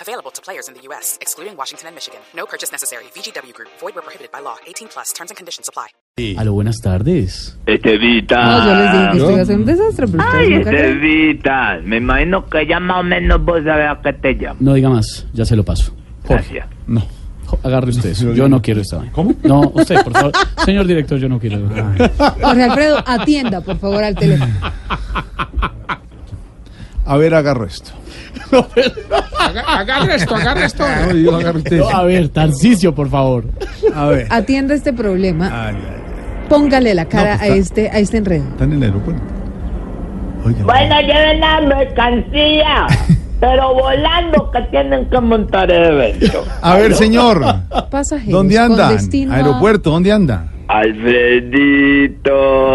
Available to players in the U.S., excluding Washington and Michigan. No purchase necessary. VGW Group, void were prohibited by law. 18 plus terms and conditions apply. Aló, buenas tardes. Estevita. No, yo les dije que esto iba a ser un desastre, pero ustedes Ay, nunca creen. Estevita. Me imagino que ya más o menos vos sabés a qué te llamo. No diga más, ya se lo paso. Gracias. No. Jo- Agarre usted eso. Yo no quiero esta vaina. ¿Cómo? No, usted, por favor. Señor director, yo no quiero. Jorge Alfredo, atienda, por favor, al teléfono. A ver, agarro esto. Agarra esto, agarra esto. Ah, No, a ver, Tarcicio, por favor. A ver. Atienda este problema. Ay, ay, Póngale la cara No, pues a está- este a este enredo. Están en el aeropuerto. Oiga, Bueno, lleven la mercancía, pero volando que tienen que montar el evento. a ver, señor. Pasajeros ¿Dónde con anda? destino a- Aeropuerto, ¿dónde anda? Alfredito.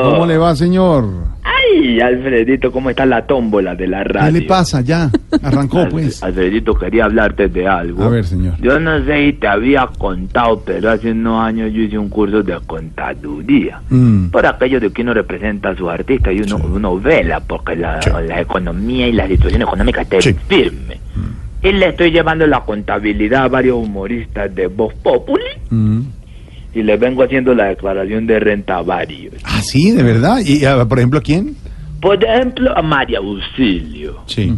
¿Cómo le va, señor? Ay, Alfredito, ¿cómo está la tómbola de la ¿Qué radio? le pasa ya? Arrancó, Al- pues. Alfredito, quería hablarte de algo. A ver, señor. Yo no sé si te había contado, pero hace unos años yo hice un curso de contaduría. Mm. Por aquello de que uno representa a sus artistas y uno, uno vela porque la, la economía y la situación económica esté Sí. Mm. firme. Y le estoy llevando la contabilidad a varios humoristas de Voz Populi Mm. y les vengo haciendo la declaración de renta a varios. Ah, sí, de verdad. ¿Y, ah, por ejemplo, a quién? Por ejemplo, a María Auxilio, Sí.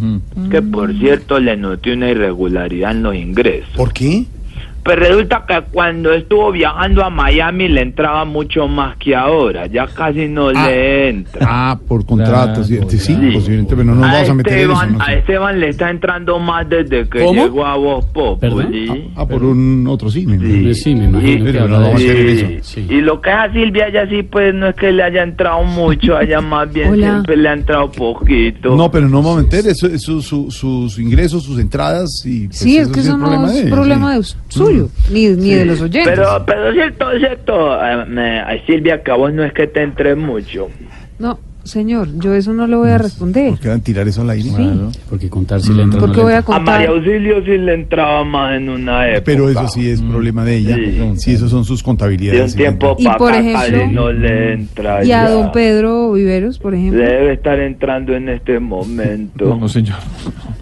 que por cierto le noté una irregularidad en los ingresos. ¿Por qué? Pero resulta que cuando estuvo viajando a Miami le entraba mucho más que ahora, ya casi no Ah. le entra. Ah, por contratos. Sí, sí, claro. posiblemente, pero no nos a, vamos a meter en eso. Esteban, no sé. a Esteban le está entrando más desde que ¿Cómo? llegó a Voz Populi. Ah, por un otro cine. Sí. Ah, Sí, me imagino Sí, que pero no habrá vamos a de- hacer Sí. eso. Sí. Y lo que es a Silvia, ella sí, pues no es que le haya entrado mucho, a ella más bien Hola. siempre le ha entrado poquito. No, pero no vamos a meter eso, eso- su- sus ingresos, sus entradas y pues, Sí, es que sí eso no de es ellos, problema sí. Mm. de suyo, ni, ni de los oyentes. Pero, pero cierto, cierto, eh, me- a Silvia, que a vos no es que te entre mucho. No, señor, yo eso no lo voy a responder. Mm. ¿Por qué van a tirar eso al aire? Claro, porque contar si le entra o no Porque le voy a entra. A María contar. Auxilio sí le entraba más en una época. Pero eso sí es Mm. problema de ella. Sí. Sí, esos son sus De un contabilidades. tiempo Y para por acá ejemplo- casi no le entra Y a ya. don Pedro Viveros, por Le ejemplo. debe estar entrando en este momento. señor.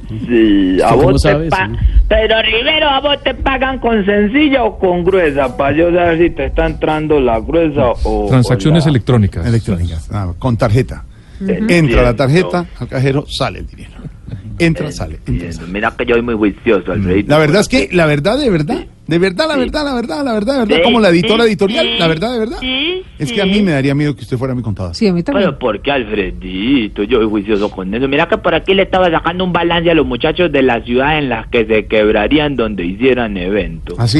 Sí, a ¿Usted cómo vos te sabe eso, pa- no? Pero Rivero, ¿a vos te pagan con sencilla o con gruesa? Para yo saber si te está entrando la gruesa o. Transacciones o la- electrónicas. Electrónicas, ah, con tarjeta. Entiendo. Entra la tarjeta, al cajero sale el dinero. Entra, sale. entra, Entiendo. sale. Mira que yo soy muy juicioso, Alfredito. Mm. La verdad es que, la verdad de verdad, de verdad, la verdad, la verdad, la verdad, de verdad, como la editora editorial, la verdad de verdad. Es que a mí me daría miedo que usted fuera mi contador. Sí, a mí también. Pero ¿por qué, Alfredito? Yo soy juicioso con eso. Mira que por aquí le estaba sacando un balance a los muchachos de la ciudad en las que se quebrarían donde hicieran eventos. ¿Así?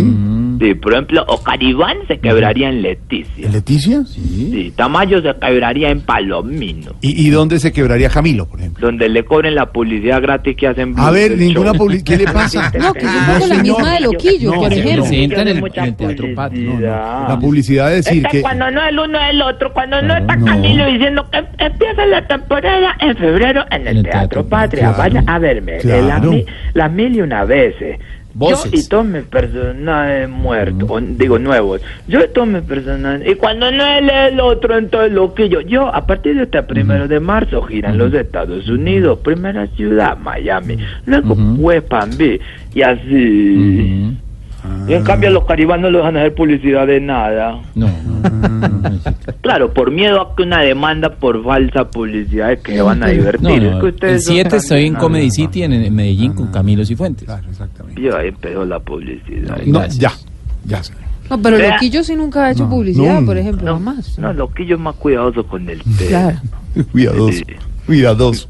Sí, por ejemplo, Ocaribán se quebraría en Leticia. ¿En Leticia? Sí. Sí, Tamayo se quebraría en Palomino. ¿Y, y dónde se quebraría Jamilo, por ejemplo? donde le cobren la publicidad gratis que hacen. A ver, del ninguna show. publicidad. ¿Qué le pasa? No, que es un poco la señor. misma de Loquillo, No, por señor. ejemplo. Sí, Entra en el- tiene mucha en el Teatro Patio. No, no. publicidad. La publicidad es decir Está que. cuando no el uno es el otro, cuando no está no. Camilo diciendo que empieza la temporada en febrero en el, En el Teatro, Teatro Patria. Patria. Vayan a verme, eh, Claro. las mi- las mil y una veces. Voces. Yo y todos mis personajes muertos, o, digo nuevos. Yo y todos mis personajes. Y cuando no él es el otro, entonces lo que yo. Yo, a partir de este primero de marzo, giran los Estados Unidos, primera ciudad, Miami. Luego, pues, Palm Beach, Y así. Y en cambio, los caribanos no les van a hacer publicidad de nada. No. Claro, por miedo a que una demanda por falsa publicidad es que se van a divertir. no, Es que ustedes el son 7 tan- estoy en no, Comedy no, City en, en Ah. Medellín con Camilo Cifuentes. Claro, exactamente. Yo ahí empezó la publicidad. No, ya, ya, señor. No, pero Vea. Loquillo sí nunca ha hecho No, publicidad, no. por ejemplo, No, jamás. no, loquillo es más cuidadoso con el té. Claro. Cuidadoso, cuidadoso.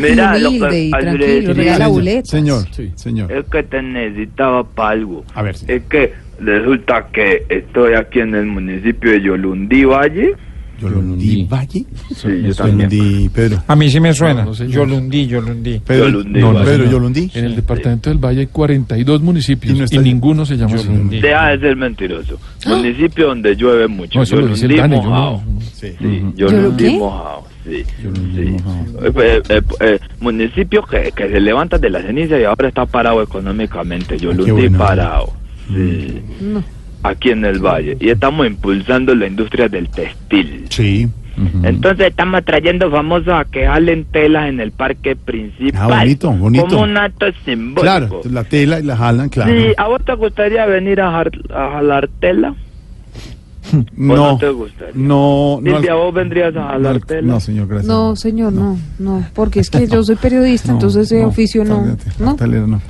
Mira, lo Humilde que, y Andrés, tranquilo, regala Señor, boletas. Señor, Sí. señor. es que te necesitaba para algo. A ver, Es que resulta que estoy aquí en el municipio de Yolundí Valle. Yolundí Valle. Sí, yo también. Yolundí, Pedro. A mí sí me suena. No, no, señor. Yolundí, Yolundí. Pedro, Yolundí no, Valle, Pedro no. Yolundí. En el departamento del Valle hay 42 municipios Y y, no está- ninguno se llama Yolundí. Deja de ser mentiroso. Municipio donde llueve mucho. No, eso lo dice el Yolundí Dani, yo mojado. no. Sí. Sí, ¿Yo Yolundí qué? mojado. Sí, sí. Eh, eh, eh, eh, municipio que, que se levanta de la ceniza y ahora está parado económicamente. Ah, qué Yolundí bueno. parado. Sí. Aquí en el valle. Y estamos impulsando la industria del textil. Sí. Entonces estamos atrayendo famosos a que jalen telas en el parque principal. Ah, bonito, bonito. Como un acto simbólico. Claro, la tela y la jalan, claro. pues. Sí, ¿a vos te gustaría venir a, jar- a jalar tela? pues, no, no te gustaría? No, no. Silvia, ¿vos vendrías a jalar no, tela? pues no, señor, gracias. No, señor, no, no, porque es que yo soy periodista, entonces ese oficio no. cállate, ¿No? talera no.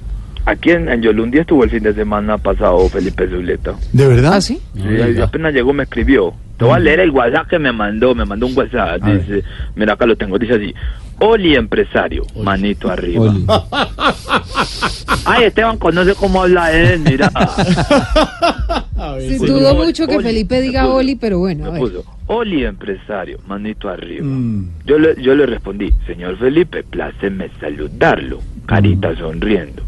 Aquí en, en Yolundí estuvo el fin de semana pasado Felipe Zuleta. ¿De verdad? ¿Ah, sí? Sí, apenas llegó me escribió. Te voy a leer el WhatsApp que me mandó, me mandó un WhatsApp. A Dice, mira acá lo tengo, dice así. Oli empresario, manito arriba. Oli. Ay, Esteban conoce cómo habla él, mira. Sí, dudo pues, Oli, mucho que Oli, Felipe me diga puso, Oli, pero bueno, a Me ver. puso, Oli empresario, manito arriba. Mm. Yo le, yo le respondí, señor Felipe, pláceme saludarlo, carita sonriendo.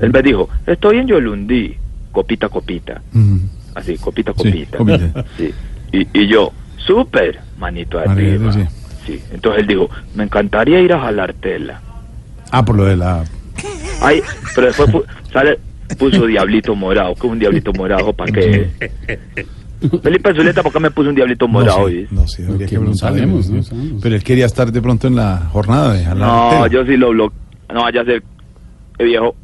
Él me dijo, estoy en Yolundí, copita, copita, Mm. así, copita, Sí, copita. comida. Sí. Y, y yo, súper, manito Marido, arriba. sí. Sí. Entonces él dijo, me encantaría ir a jalar tela. Ah, por lo de la. Ay, pero después pu- sale, puso diablito morado, que un diablito morado, ¿para qué? Felipe Zuleta, ¿por qué me puso un diablito morado? no, hoy? sé, no sé, habría Porque que no preguntarle. sabemos, pero no sí. sabemos. Pero él quería estar de pronto en la jornada de jalar. No, tela. yo sí lo bloqueo. No, ya sé, el viejo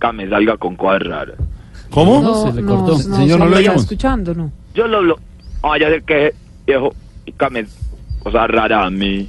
que me salga con cosas raras. ¿Cómo? No, Se le no, cortó. no, Señor, se no lo está oigamos. escuchando, no. Yo lo bloqueo. No, ya sé que viejo que me cosas raras a mí.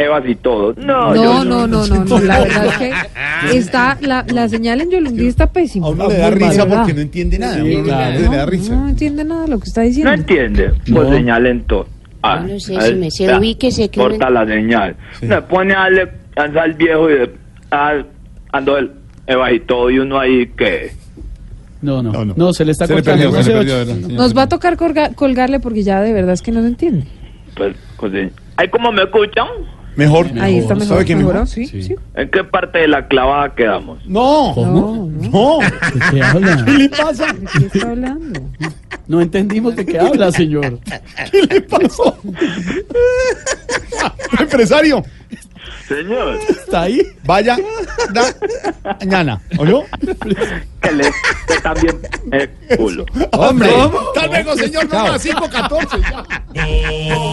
Evas y todo. No, yo No, no, no, no, no, la verdad es que está, la, la señal en Yolundi está pésima. A uno le da risa ¿verdad? porque no entiende nada. a uno claro. le da risa. No entiende nada de lo que está diciendo. No entiende. Pues No. señalen todo. Ah, No sé, a si ver, me sé, vea, ubíquese que Corta la señal. Me pone a darle cansa al viejo y de- ah, ando el, el bajito y uno ahí que. No, no, No, no. no, se le está Se le cortando. perdió, no se le se perdió, oye. ¿verdad, señor? Nos va a tocar colga- colgarle porque ya de verdad es que no se entiende. Pues, cose- ¿Ay, cómo me escuchan? Mejor. Ahí está mejor. ¿Sabe qué mejoró, mejor? Sí, sí. ¿En qué parte de la clavada quedamos? No. No, No. no, ¿De qué habla? ¿Qué le pasa? ¿de qué está hablando? No entendimos de qué habla, señor. ¿Qué le pasó? Empresario, Señor, ¿Está ahí? vaya da, mañana. ¿Oyó? que le que también el culo. Hombre. Hasta luego, señor. No, a 5.14 ya.